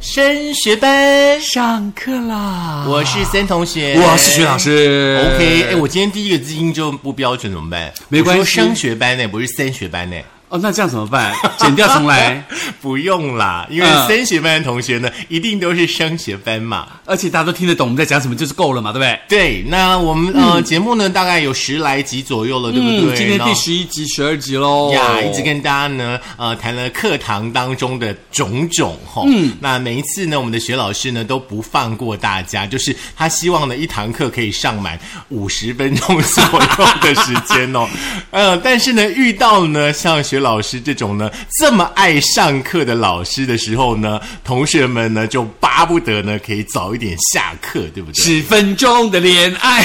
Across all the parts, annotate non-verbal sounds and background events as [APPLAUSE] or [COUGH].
升学班上课啦！我是森同学，我是徐老。师。 OK，哎，我今天第一个字音就不标准，怎么办？没关系我说升学班呢，不是升学班呢。哦，那这样怎 [LAUGHS] 么办？剪掉重来，不用啦，因为哎嗯升学班的同学呢，一定都是升学班嘛。而且大家都听得懂我们在讲什么，就是够了嘛，对不对？对，那我们呃节目呢，大概有十来集左右了，对不对？嗯今天然第后十一集、十二集喽。呀，一直跟大家呢，呃，谈了课堂当中的种种吼。嗯，那每一次呢，我们的学老师呢都不放过大家，就是他希望呢一堂课可以上满五十分钟左右的时间哦。呃，但是呢，遇到呢像学老师这种呢这么爱上课的老师的时候呢，同学们呢就巴不得呢可以早一点下课，对不对？十分钟的恋爱，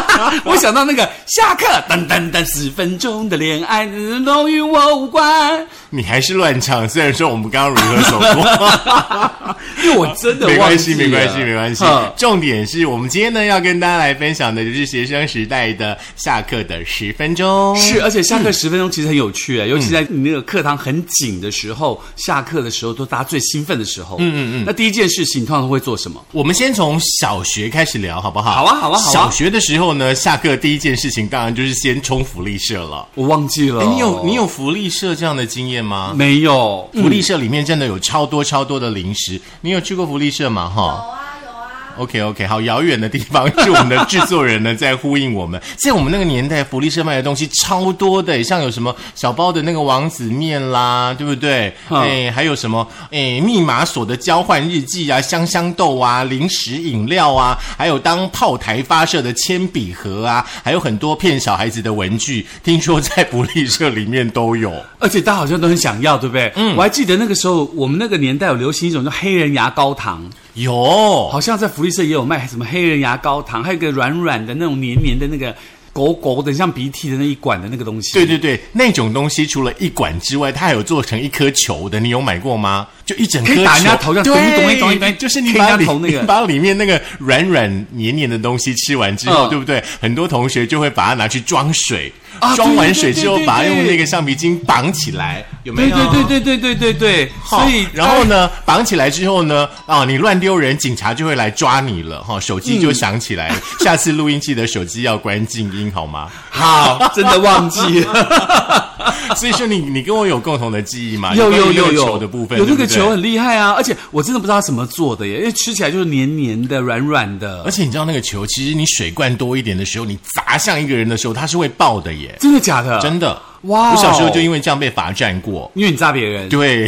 [LAUGHS] 我想到那个下课，噔噔噔，十分钟的恋爱，都与我无关。你还是乱唱，虽然说我们刚刚如何走过，因为我真的没关系，忘没记了关系，没关系嗯。重点是我们今天呢要跟大家来分享的就是学生时代的下课的十分钟。是，而且下课十分钟其实很有趣哎，尤其在你那个课堂很紧的时候，下课的时候都大家最兴奋的时候。嗯嗯嗯。那第一件事情通常都会做什么？我们先从小学开始聊，好不好？好啊好啊好啊小学的时候呢，下课第一件事情当然就是先冲福利社了。我忘记了。哎，你有你有福利社这样的经验吗？没有？嗯福利社里面真的有超多超多的零食，你有去过福利社吗？哈，有啊有啊， OK OK，好遥远的地方是我们的制作人呢在呼应我们。 [LAUGHS] 在我们那个年代，福利社卖的东西超多的，像有什么小包的那个王子面啦，对不对？嗯哎，还有什么哎密码锁的交换日记啊，香香豆啊，零食饮料啊，还有当炮台发射的铅笔盒啊，还有很多骗小孩子的文具，听说在福利社里面都有。而且大家好像都很想要，对不对？嗯，我还记得那个时候，我们那个年代有流行一种叫黑人牙膏糖，有好像在福利社也有卖什么黑人牙膏糖，还有一个软软的那种黏黏的那个狗狗的，像鼻涕的那一管的那个东西。对对对，那种东西除了一管之外，它还有做成一颗球的，你有买过吗？就一整颗可以打人家头这样对，咚一咚一咚一咚就是你可以把打里头那个你把里面那个软软黏黏的东西吃完之后，嗯对不对？很多同学就会把它拿去装水，啊装完对对水对之后对把它对用那个橡皮筋绑起来，有没对有？对对对对对对对，好所以然后呢，绑起来之后呢，啊，你乱丢人，警察就会来抓你了哈、手机就响起来了，下次录音记得手机要关静音好吗？好，真的忘记了。所以说你你跟我有共同的记忆吗？有关于有那个有有球的部分，有那个对不对球。很厉害啊！而且我真的不知道它怎么做的耶，因为吃起来就是黏黏的、软软而的。且你知道那个球，其实你水灌多一点的时候，你砸向一个人的时候，它是会爆的耶，真的假的？真的。哇哦我小时候就因为这样被罚站 [LAUGHS] 过。因为你扎别人。对，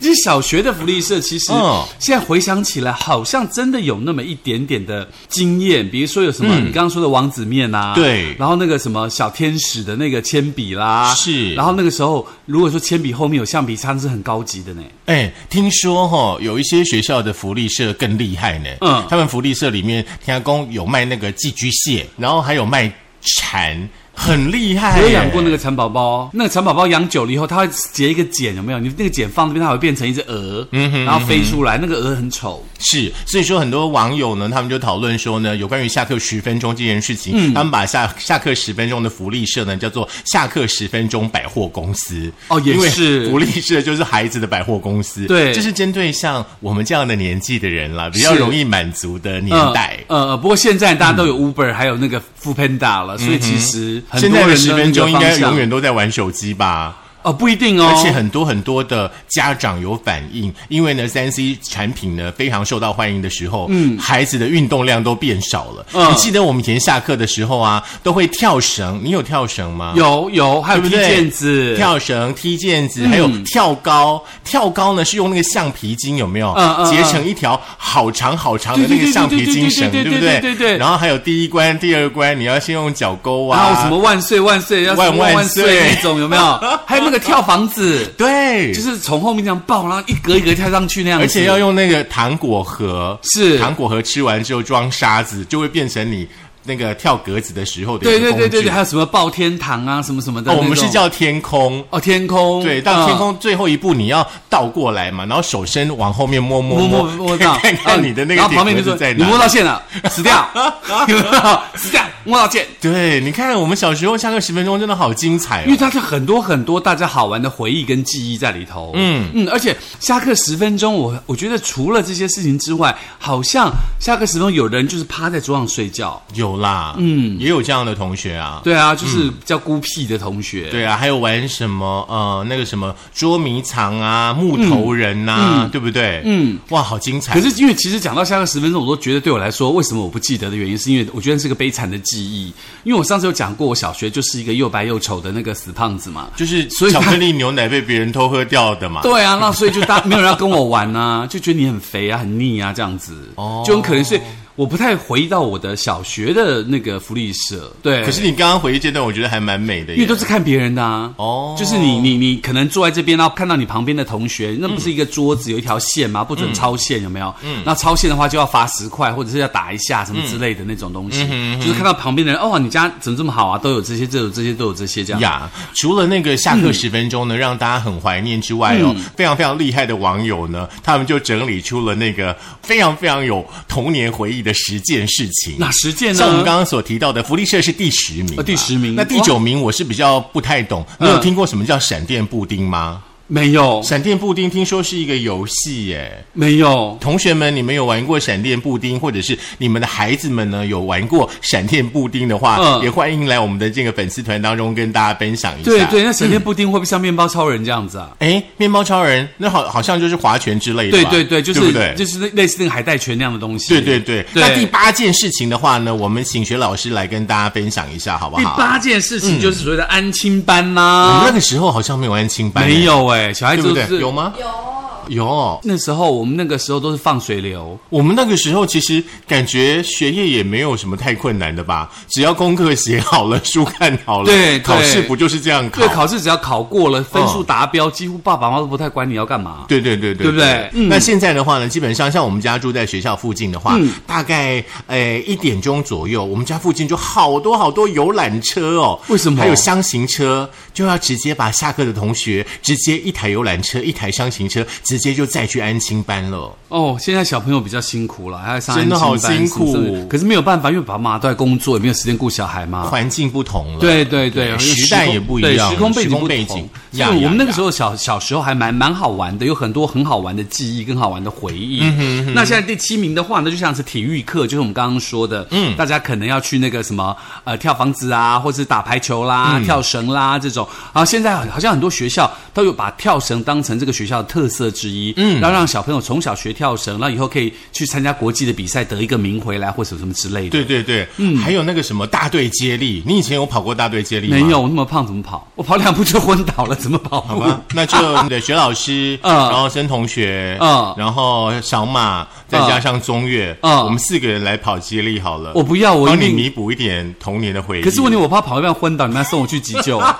就是小学的福利社，其实嗯现在回想起来，好像真的有那么一点点的经验。比如说有什么、你刚刚说的王子面啊，对然后那个什么小天使的那个铅笔啦，是然后那个时候，如果说铅笔后面有橡皮擦，那是很高级的呢。哎，听说哈、有一些学校的福利社更厉害呢。嗯他们福利社里面，天下公有卖那个寄居蟹，然后还有卖蝉，很厉害我耶。有养过那个蚕宝宝，那个蚕宝宝养久了以后，它会结一个茧，有没有？你那个茧放那边，它会变成一只鹅，嗯然后飞出来，那个鹅很丑。是，所以说很多网友呢，他们就讨论说呢，有关于下课十分钟这件事情，嗯他们把下下课十分钟的福利社呢叫做下课十分钟百货公司哦也因为是福利社就是孩子的百货公司，对这是针对像我们这样的年纪的人啦，比较是容易满足的年代。嗯呃，呃，不过现在大家都有 Uber，、还有那个 f o o Panda 了，所以其实嗯很现多在人的十分钟应该永远远都在玩手机吧？哦，不一定哦，而且很多很多的家长有反映，因为呢，三 C 产品呢非常受到欢迎的时候，嗯，孩子的运动量都变少了。嗯你记得我们以前下课的时候啊，都会跳绳，你有跳绳吗？。有有，还有对不踢对？毽子，嗯跳绳、踢毽子，还有跳高。跳高呢是用那个橡皮筋，有没有？嗯嗯结成一条好长好长的那对个对对橡对皮对筋对绳，对不对对？对对对然后还有第一关、第二关，你要先用脚勾啊。然后什么万岁万岁，要什万么万万岁岁那种，有没有？ [LAUGHS] 还有那个跳房子，对，就是从后面这样抱，然后一格一格跳上去那样子，而且要用那个糖果盒，是糖果盒吃完之后装沙子，就会变成你。那个跳格子的时候的对一个对工对对具对，还有什么报天堂啊，什么什么的哦那我种。们是叫天空。哦天空，对，到天嗯空最后一步，你要倒过来嘛，然后手伸往后面摸摸摸摸摸，摸到， [LAUGHS] 看看看你的那个然后旁边点就格说子在你哪。摸到线了，死掉， [LAUGHS] [LAUGHS] 有没有死掉，摸到线。对，你看我们小时候下课十分钟真的好精彩因为哦。它是很多很多大家好玩的回忆跟记忆在里头，嗯嗯，而且下课十分钟，我我觉得除了这些事情之外，好像下课十分钟有人就是趴在桌上睡觉，有啦，嗯，也有这样的同学啊。对啊，就是比较孤僻的同学，对啊，还有玩什么呃那个什么捉迷藏啊、木头人呐、对不对？嗯，哇，好精彩嗯可！是因为其实讲到下课十分钟，我都觉得对我来说，为什么我不记得的原因，是因为我觉得是个悲惨的记忆。因为我上次有讲过，我小学就是一个又白又丑的那个死胖子嘛。就是所以巧他克力牛奶被别人偷喝掉的嘛。 [LAUGHS] 对啊，那所以就大没有人要跟我玩啊， [LAUGHS] 就觉得你很肥啊，很腻啊，这样子，哦就很可怜。所以我不太回忆到我的小学的那个福利社，对。可是你刚刚回忆这段，我觉得还蛮美的因为耶都。是看别人的啊，哦就是你你你可能坐在这边，然后看到你旁边的同学，那不是一个桌子有一条线吗？不准超线，有没有？嗯，那超线的话就要罚十块，或者是要打一下什么之类的那种东西，就是看到旁边的人，哦，你家怎么这么好啊？都有这些，都有这些，都有这些这样。呀除了那个下课十分钟呢，让大家很怀念之外哦，嗯非常非常厉害的网友呢，他们就整理出了那个非常非常有童年回忆的十件事情。哪十件呢？像我们刚刚所提到的，福利社是第十名嘛、呃第十名嗯那第九名我是比较不太懂，你有听过什么叫闪电布丁吗？没有，闪电布丁听说是一个游戏耶，没有。同学们，你们有玩过闪电布丁，或者是你们的孩子们呢有玩过闪电布丁的话，嗯也欢迎来我们的这个粉丝团当中跟大家分享一下。嗯对对，那闪电布丁会不会像面包超人这样子啊？哎，面包超人，那好好像就是划拳之类的对吧，对对，就是对不对？就是类类似那个海带拳那样的东西。对对对，对那第八件事情的话呢，我们请学老师来跟大家分享一下，好不第好？八件事啊情嗯就是所谓的安亲班啦、我们那个时候好嗯像没有欸安亲班，没，有哎、小孩对子不都对？是有吗？有有，那时候我们那个时候都是放水流，我们那个时候其实感觉学业也没有什么太困难的吧，只要功课写好了，书看好了，对对考试不就是这样考？嗯对，考试只要考过了，分数达标，几乎爸爸妈妈都不太管你要干嘛。对对对对，对不对嗯那现在的话呢，基本上像我们家住在学校附近的话，大概呃一点钟左右，我们家附近就好多好多游览车哦。为什么还有箱型车，就要直接把下课的同学直接一台游览车、一台箱型车，直接就载去安亲班了。哦，现在小朋友比较辛苦了，还要上安真的好亲班辛苦什么之类的可是没有办法，因为爸爸妈妈都在工作，也没有时间顾小孩嘛。环境不同了，对对对，时代也不一样，对时空背景不同背景。所以我们那个时候。候小小时候还蛮蛮好玩的，有很多很好玩的记忆跟好玩的回忆。嗯那现在第七名的话呢，就像是体育课，就是我们刚刚说的，嗯，大家可能要去那个什么呃跳房子啊，或是打排球啦、嗯跳绳啦这种。然后现在好像很多学校都有把跳绳当成这个学校的特色之一，嗯，然后让小朋友从小学跳绳，那以后可以去参加国际的比赛，得一个名回来或者什么之类的。对对对，嗯还有那个什么大队接力，你以前有跑过大队接力吗？没有，我那么胖怎么跑？我跑两步就昏倒了，怎么跑好步？ [LAUGHS] 吧，那就你的学老师，嗯然后申同学，嗯然后小马，再加上宗岳，嗯我们四个人来跑接力好了。我不要，我一帮你定弥补一点童年的回忆。可是 [LAUGHS] 问题，我怕跑一半昏倒，你们要送我去急救、 [LAUGHS] 啊。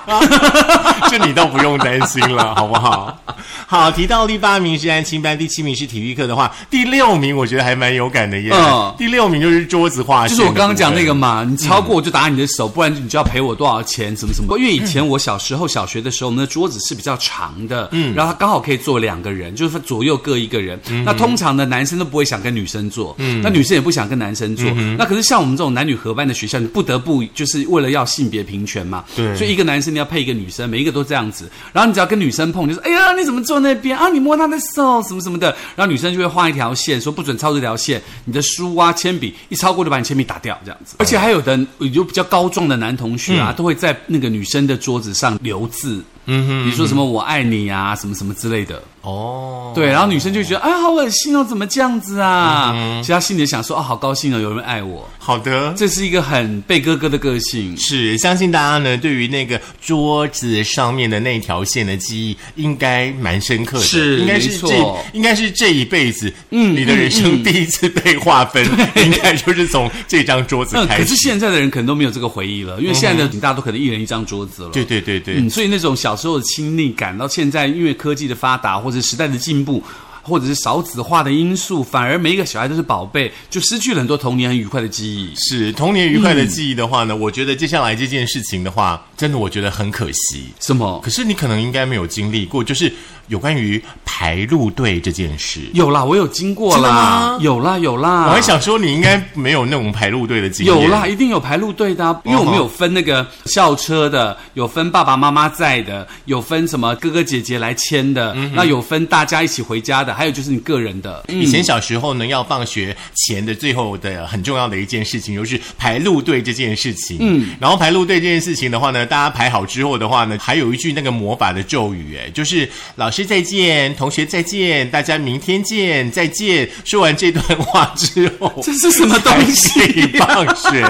这你倒不用担心了， [LAUGHS] 好不好？好，提到第八名是安亲班，第七名是体育课的话，第六名我觉得还蛮有感的耶。嗯第六名就是桌子画就线是的部分，我刚刚讲那个嘛，你超过我就打你的手，不然你就要赔我多少钱，什么什么。因为以前我小时候小学的时候，我们的桌子是比较长的，嗯，然后它刚好可以坐两个人，就是左右各一个人。嗯那通常的男生都不会想跟女生坐，嗯，那女生也不想跟男生嗯坐。那可是像我们这种男女合班的学校，你不得不就是为了要性别平权嘛，对所以一个男生你要配一个女生，每一个都这样子。然后你只要跟女生碰，就是哎呀你怎么坐那边啊？你摸她的手什么什么的。然后女生就会画一条线，说不准超这条线，你的书啊铅笔一超过就把你铅笔打掉这样子。哦而且还有的有比较高壮的男同学啊，都会在那个女生的桌子上留字。嗯哼，比如说什么我爱你啊，什么什么之类的，哦，对，然后女生就觉得啊，好恶心哦，怎么这样子啊？其实她心里想说，哦，好高兴哦，有人爱我，好的。这是一个很被哥哥的个性。是，相信大家呢对于那个桌子上面的那条线的记忆，应该蛮深刻的，是应该没是错这，应该是这一辈子，嗯，你的人生第一次被划分，应该就是从这张桌子嗯，开可始。是现在的人可能都没有这个回忆了，因为现在的大家都可能一人一张桌子了。哦嗯对对对对，嗯，所以那种小时候的亲昵感，到现在因为科技的发达或者时代的进步，或者是少子化的因素，反而每一个小孩都是宝贝，就失去了很多童年很愉快的记忆。是童年愉快嗯的记忆的话呢，我觉得接下来这件事情的话，真的我觉得很可惜。什么？可是你可能应该没有经历过，就是有关于排路队这件事。有啦，我有经过真的吗啦，有啦有啦，我还想说，你应该没有那种排路队的经验。啊有啦，一定有排路队的、啊，因为我们有分那嗯个校车的，有分爸爸妈妈在的，有分什么哥哥姐姐来签的，嗯那有分大家一起回家的，还有就是你个人的。以前小时候呢，要放学前的最后的很重要的一件事情，就是排路队这件事情。嗯，然后排路队这件事情的话呢，大家排好之后的话呢，还有一句那个魔法的咒语，哎，就是老师再见，同学再见，大家明天见，再见。说完这段话之后， [LAUGHS] [LAUGHS] 这是什么东西才可以放学。 [LAUGHS]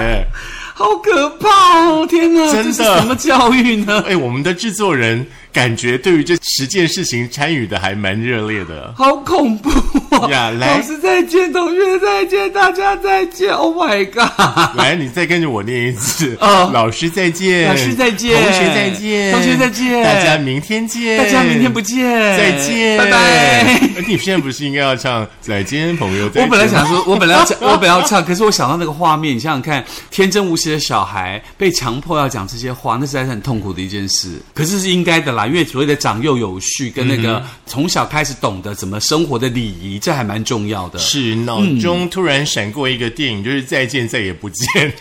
好可怕哦！天哪，真的这是什么教育呢？哎，我们的制作人感觉对于这十件事情参与的还蛮热烈的。好恐怖、哦！呀来老师再见，同学再见，大家再见！Oh my god！来，你再跟着我念一次。 [LAUGHS] 哦老师再见，老师再见同学再见，同学再见大家明天见，大家明天不见，再见，哎拜拜。。你现在不是应该要唱再见，朋友再见？我本来想说，我本来要唱， [LAUGHS] 我本来要唱，可是我想到那个画面，你想想看，天真无邪的小孩被强迫要讲这些话，那实在是很痛苦的一件事。可是是应该的啦，因为所谓的长幼有序，跟那嗯个从小开始懂得怎么生活的礼仪，这还蛮重要的。是脑中突然闪过一个电影，就是再见，再也不 [LAUGHS] 见。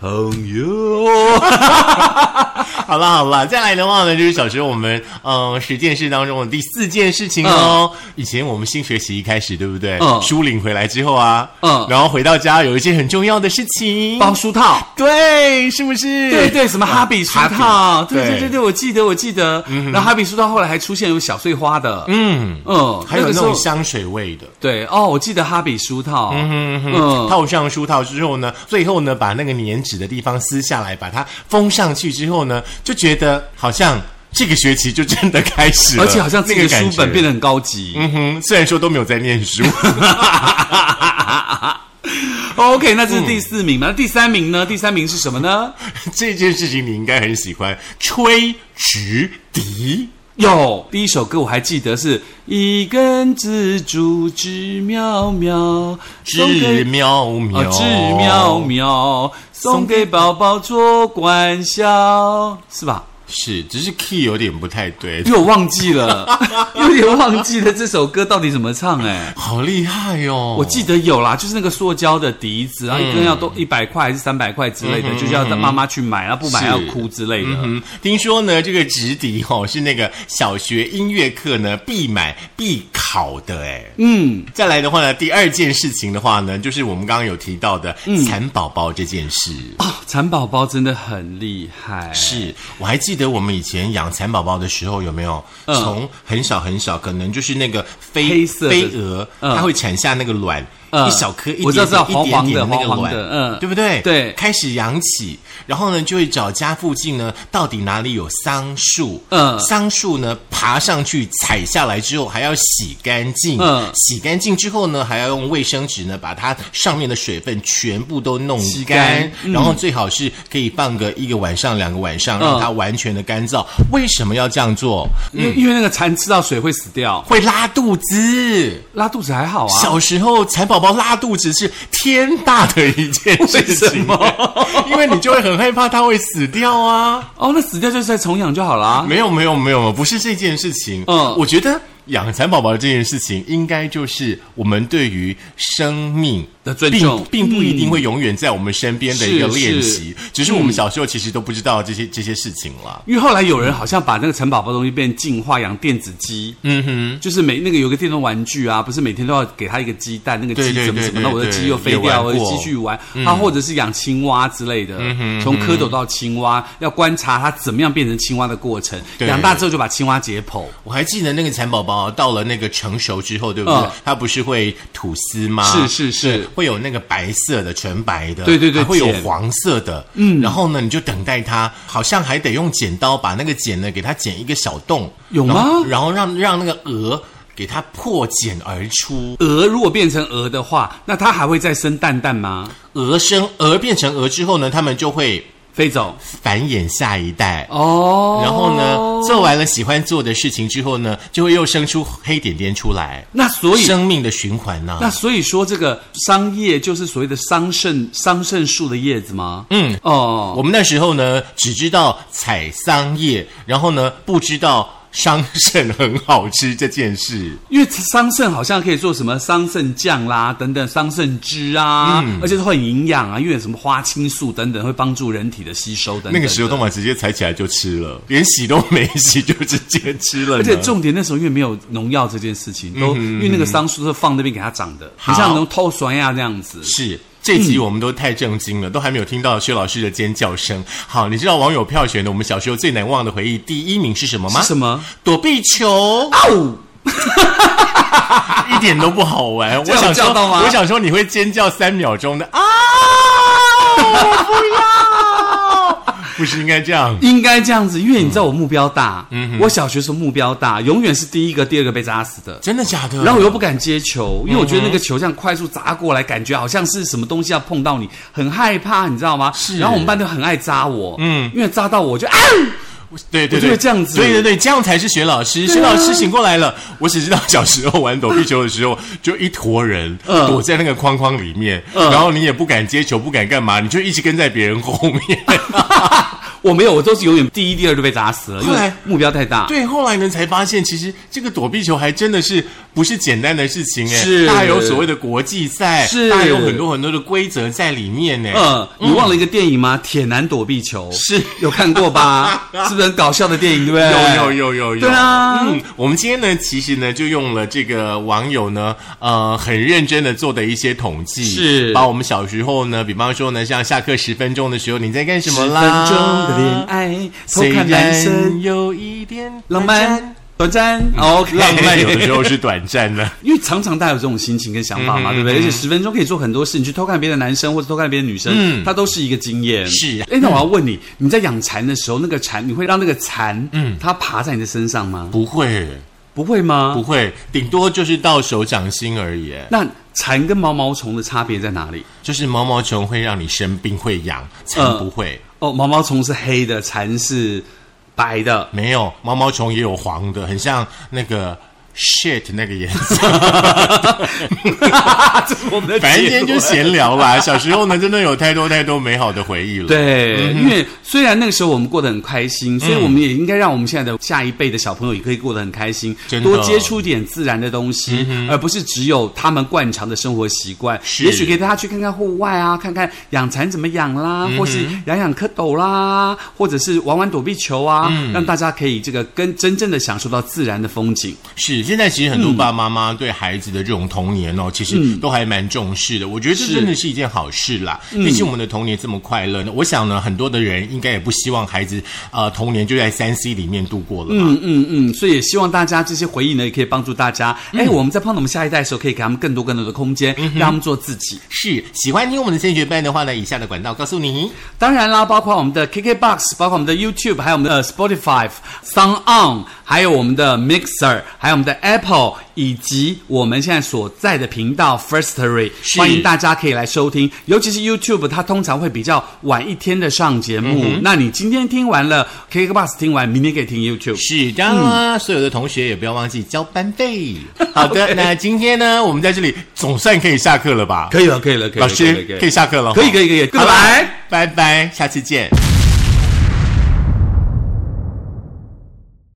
朋 [LAUGHS] 友，好啦好啦，再来的话呢，就是小时候我们嗯、呃十件事当中的第四件事情哦。以前我们新学期一开始，对不对？嗯书领回来之后啊，嗯然后回到家有一件很重要的事情，包书套。对，是不是？对对，什么哈比书套？对对对对对，我记得我记得。然后哈比书套后来还出现有小碎花的，嗯，嗯，还有个那时种候香水味的。对哦，我记得哈比书套，嗯嗯，套上书套之后呢，最后呢，把那个粘纸的地方撕下来，把它封上去之后呢，就觉得好像这个学期就真的开始了，而且好像自己的书本变得，得很高级。嗯哼，虽然说都没有在念书， [LAUGHS] OK，那嗯这是第四名嘛？那第三名呢？第三名是什么呢？这件事情你应该很喜欢，吹直笛。有第一首歌我还记得是一根紫竹枝苗苗，送知给喵喵，哦枝苗苗，送给宝宝做管销，是吧？是，只是 key 有点不太对，因为我忘记了， [LAUGHS] 有点忘记了这首歌到底怎么唱哎、好厉害哟、哦！我记得有啦，就是那个塑胶的笛嗯子，然后一根要多一百块还是三百块之类的，就是要让妈妈去买，然后不买是要哭之类的。嗯，听说呢，这个直笛哦是那个小学音乐课呢必买必考的哎。嗯，再来的话呢，第二件事情的话呢，就是我们刚刚有提到的蚕宝宝这件事。哦，蚕宝宝真的很厉害，是我还记得我们以前养蚕宝宝的时候，有没有、从很小很小，可能就是那个飞嗯黑色的飞蛾，嗯它会产下那个卵。嗯一小颗，一我知道点点知道一点点黄黄的那个黄黄卵，的嗯对不对？对开始养起，然后呢，就会找家附近呢，到底哪里有桑树？嗯桑树呢，爬上去采下来之后，还要洗干净，嗯洗干净之后呢，还要用卫生纸呢，把它上面的水分全部都弄吸干干，然后最好是可以放个一个晚上、两个晚上，嗯让它完全的干燥。为什么要这样做？因为因为那个蚕吃到水会死掉，会拉肚子。拉肚子还好啊。小时候蚕宝宝拉肚子是天大的一件事为什情， [LAUGHS] 因为你就会很害怕它会死掉啊。哦，那死掉就是再重养就好啦。没有没有没有，不是这件事情。嗯我觉得养蚕宝宝这件事情，应该就是我们对于生命的尊重嗯并并不一定会永远在我们身边的一个是练是习。只是我们小时候其实都不知道这些这些事情啦。因为后来有人好像把那个蚕宝宝东西变进化养电子鸡，嗯哼，就是每那个有个电动玩具啊，不是每天都要给它一个鸡蛋，那个对对鸡怎么对怎么，对那我的鸡对又飞也玩掉，我的过鸡去玩，嗯啊，或者是养青蛙之类的，从蝌蚪到青蛙，要观察它怎么样变成青蛙的过程，对养大之后就把青蛙解剖，我还记得那个蚕宝宝到了那个成熟之后，对不对？嗯它不是会吐丝吗？是是是会有那个白色的、纯白的，对对对还会有茧黄色的。嗯，然后呢，你就等待它，好像还得用剪刀把那个茧呢给它剪一个小洞，有然后吗然后让让那个蛾给它破茧而出，鹅如果变成鹅的话，那它还会再生蛋蛋吗？蛾生蛾变成蛾之后呢，它们就会飞走繁衍下一代。哦然后呢，做完了喜欢做的事情之后呢，就会又生出黑点点出来。那所以生命的循环呢、那所以说，这个桑叶就是所谓的桑葚桑葚树的叶子吗？嗯，哦，我们那时候呢，只知道采桑叶，然后呢，不知道桑葚很好吃这件事。因为桑葚好像可以做什么桑葚酱啦，等等桑葚汁啊，嗯而且是会很营养啊，因为有什么花青素等等会帮助人体的吸收等等。那个时候，都嘛直接采起来就吃了，连洗都没洗就直接吃了呢。而且重点那时候因为没有农药这件事嗯情，都、因为那个桑树是放那边给它长的，好很像能偷酸呀那样子。是。这集我们都太震惊了，都还没有听到薛老师的尖叫声。好，你知道网友票选的我们小时候最难忘的回忆第一名是什么吗？是什么？躲避球。哦，一点都不好玩。 [LAUGHS] 这我样想说叫到吗我想说你会尖叫三秒钟的啊！我不要， [LAUGHS] 不是应该这样？应该这样子，因为你知道我目标大，嗯我小学时候目标大，永远是第一个、第二个被扎死的。真的假的？然后我又不敢接球，因为我觉得那个球这样快速砸过来，感觉好像是什么东西要碰到你，很害怕，你知道吗？是然后我们班都很爱扎我，嗯，因为扎到我就啊， [LAUGHS] 对对我觉对，得这样子啊对对对，这样才是薛老师。薛老师醒过来了。我只知道小时候玩躲避球的时候，就一坨人嗯躲在那个框框里面，嗯然后你也不敢接球，不敢干嘛，你就一直跟在别人后面。我没有，我都是永远第一、第二就被砸死了，因后来为目标太大。对，后来呢才发现，其实这个躲避球还真的是不是简单的事情哎，是它还有所谓的国际赛，是它还有很多很多的规则在里面呢。哎嗯，你忘了一个电影吗？铁男躲避球是有看 [LAUGHS] 过吧？是不是很搞笑的电影？对不对？有有有有有，对啊嗯，我们今天呢，其实呢，就用了这个网友呢，呃，很认真的做的一些统计，是把我们小时候呢，比方说呢，像下课十分钟的时候，你在干什十么分啦？钟的恋爱，偷虽看男生然有一点短浪漫暂，短暂 [LAUGHS]，OK，哦浪漫有的时候是短暂 [LAUGHS] 的。因为常常大家有这种心情跟想法嗯嘛，对不对？而且十分钟可以做很多事，你去偷看别的男生或者偷看别的女生，它都是一个经验。嗯是哎，那我要问你，你在养蚕的时候，那个蚕，你会让那个蚕，嗯，它爬在你的身上吗？不会，不会吗？不会，顶多就是到手掌心而已。欸那蚕跟毛毛虫的差别在哪里？就是毛毛虫会让你生病，会痒，蚕嗯不会。哦，毛毛虫是黑的，蚕是 [LAUGHS] 白的。没有，毛毛虫也有黄的，很像那个 shit 那个颜 [LAUGHS] 色。这是我们的反正今结天论就闲聊 [LAUGHS] 吧。小时候呢，真的有太多太多美好的回忆了。，嗯对，因为虽然那个时候我们过得很开心，所以我们也应该让我们现在的下一辈的小朋友也可以过得很开心真，的嗯多接触一点自然的东西，而不是只有他们惯常的生活习惯。是也许可以带他去看看户外啊，看看养蚕怎么养嗯啦，或是养养蝌蚪啦，或者是玩玩躲避球啊，嗯让大家可以这个跟真正的享受到自然的风景。是现在其实很嗯多爸爸妈妈对孩子的这种童年哦，其实都还蛮重视的。我觉得这是嗯真的是一件好事啦。毕竟我们的童年这么快乐呢，我想呢，很多的人应该也不希望孩子呃童年就在三 C 里面度过了嘛。嗯嗯嗯，所以也希望大家这些回忆呢，也可以帮助大家。嗯哎、我们在碰到我们下一代的时候，可以给他们更多更多的空间，让他们做自己。是喜欢听我们的升学班的话呢，以下的管道告诉你。当然啦，包括我们的 KKBox，包括我们的 YouTube，还有我们的呃 Spotify、Sound On，还有我们的 Mixer，还有我们的 Apple，以及我们现在所在的频道 Firstory，是欢迎大家可以来收听。尤其是 YouTube，它通常会比较晚一天的上节目。那你今天听完了 KKBox，听完，明天可以听 YouTube。是的，所有的同学也不要忘记交班 [LAUGHS] 费。好的，那今天呢，我们在这里总算可以下课了吧？可以了，可以了，可以了，老师可以了可以下课了，哦可以可以可以好啦拜拜拜，拜，下次见。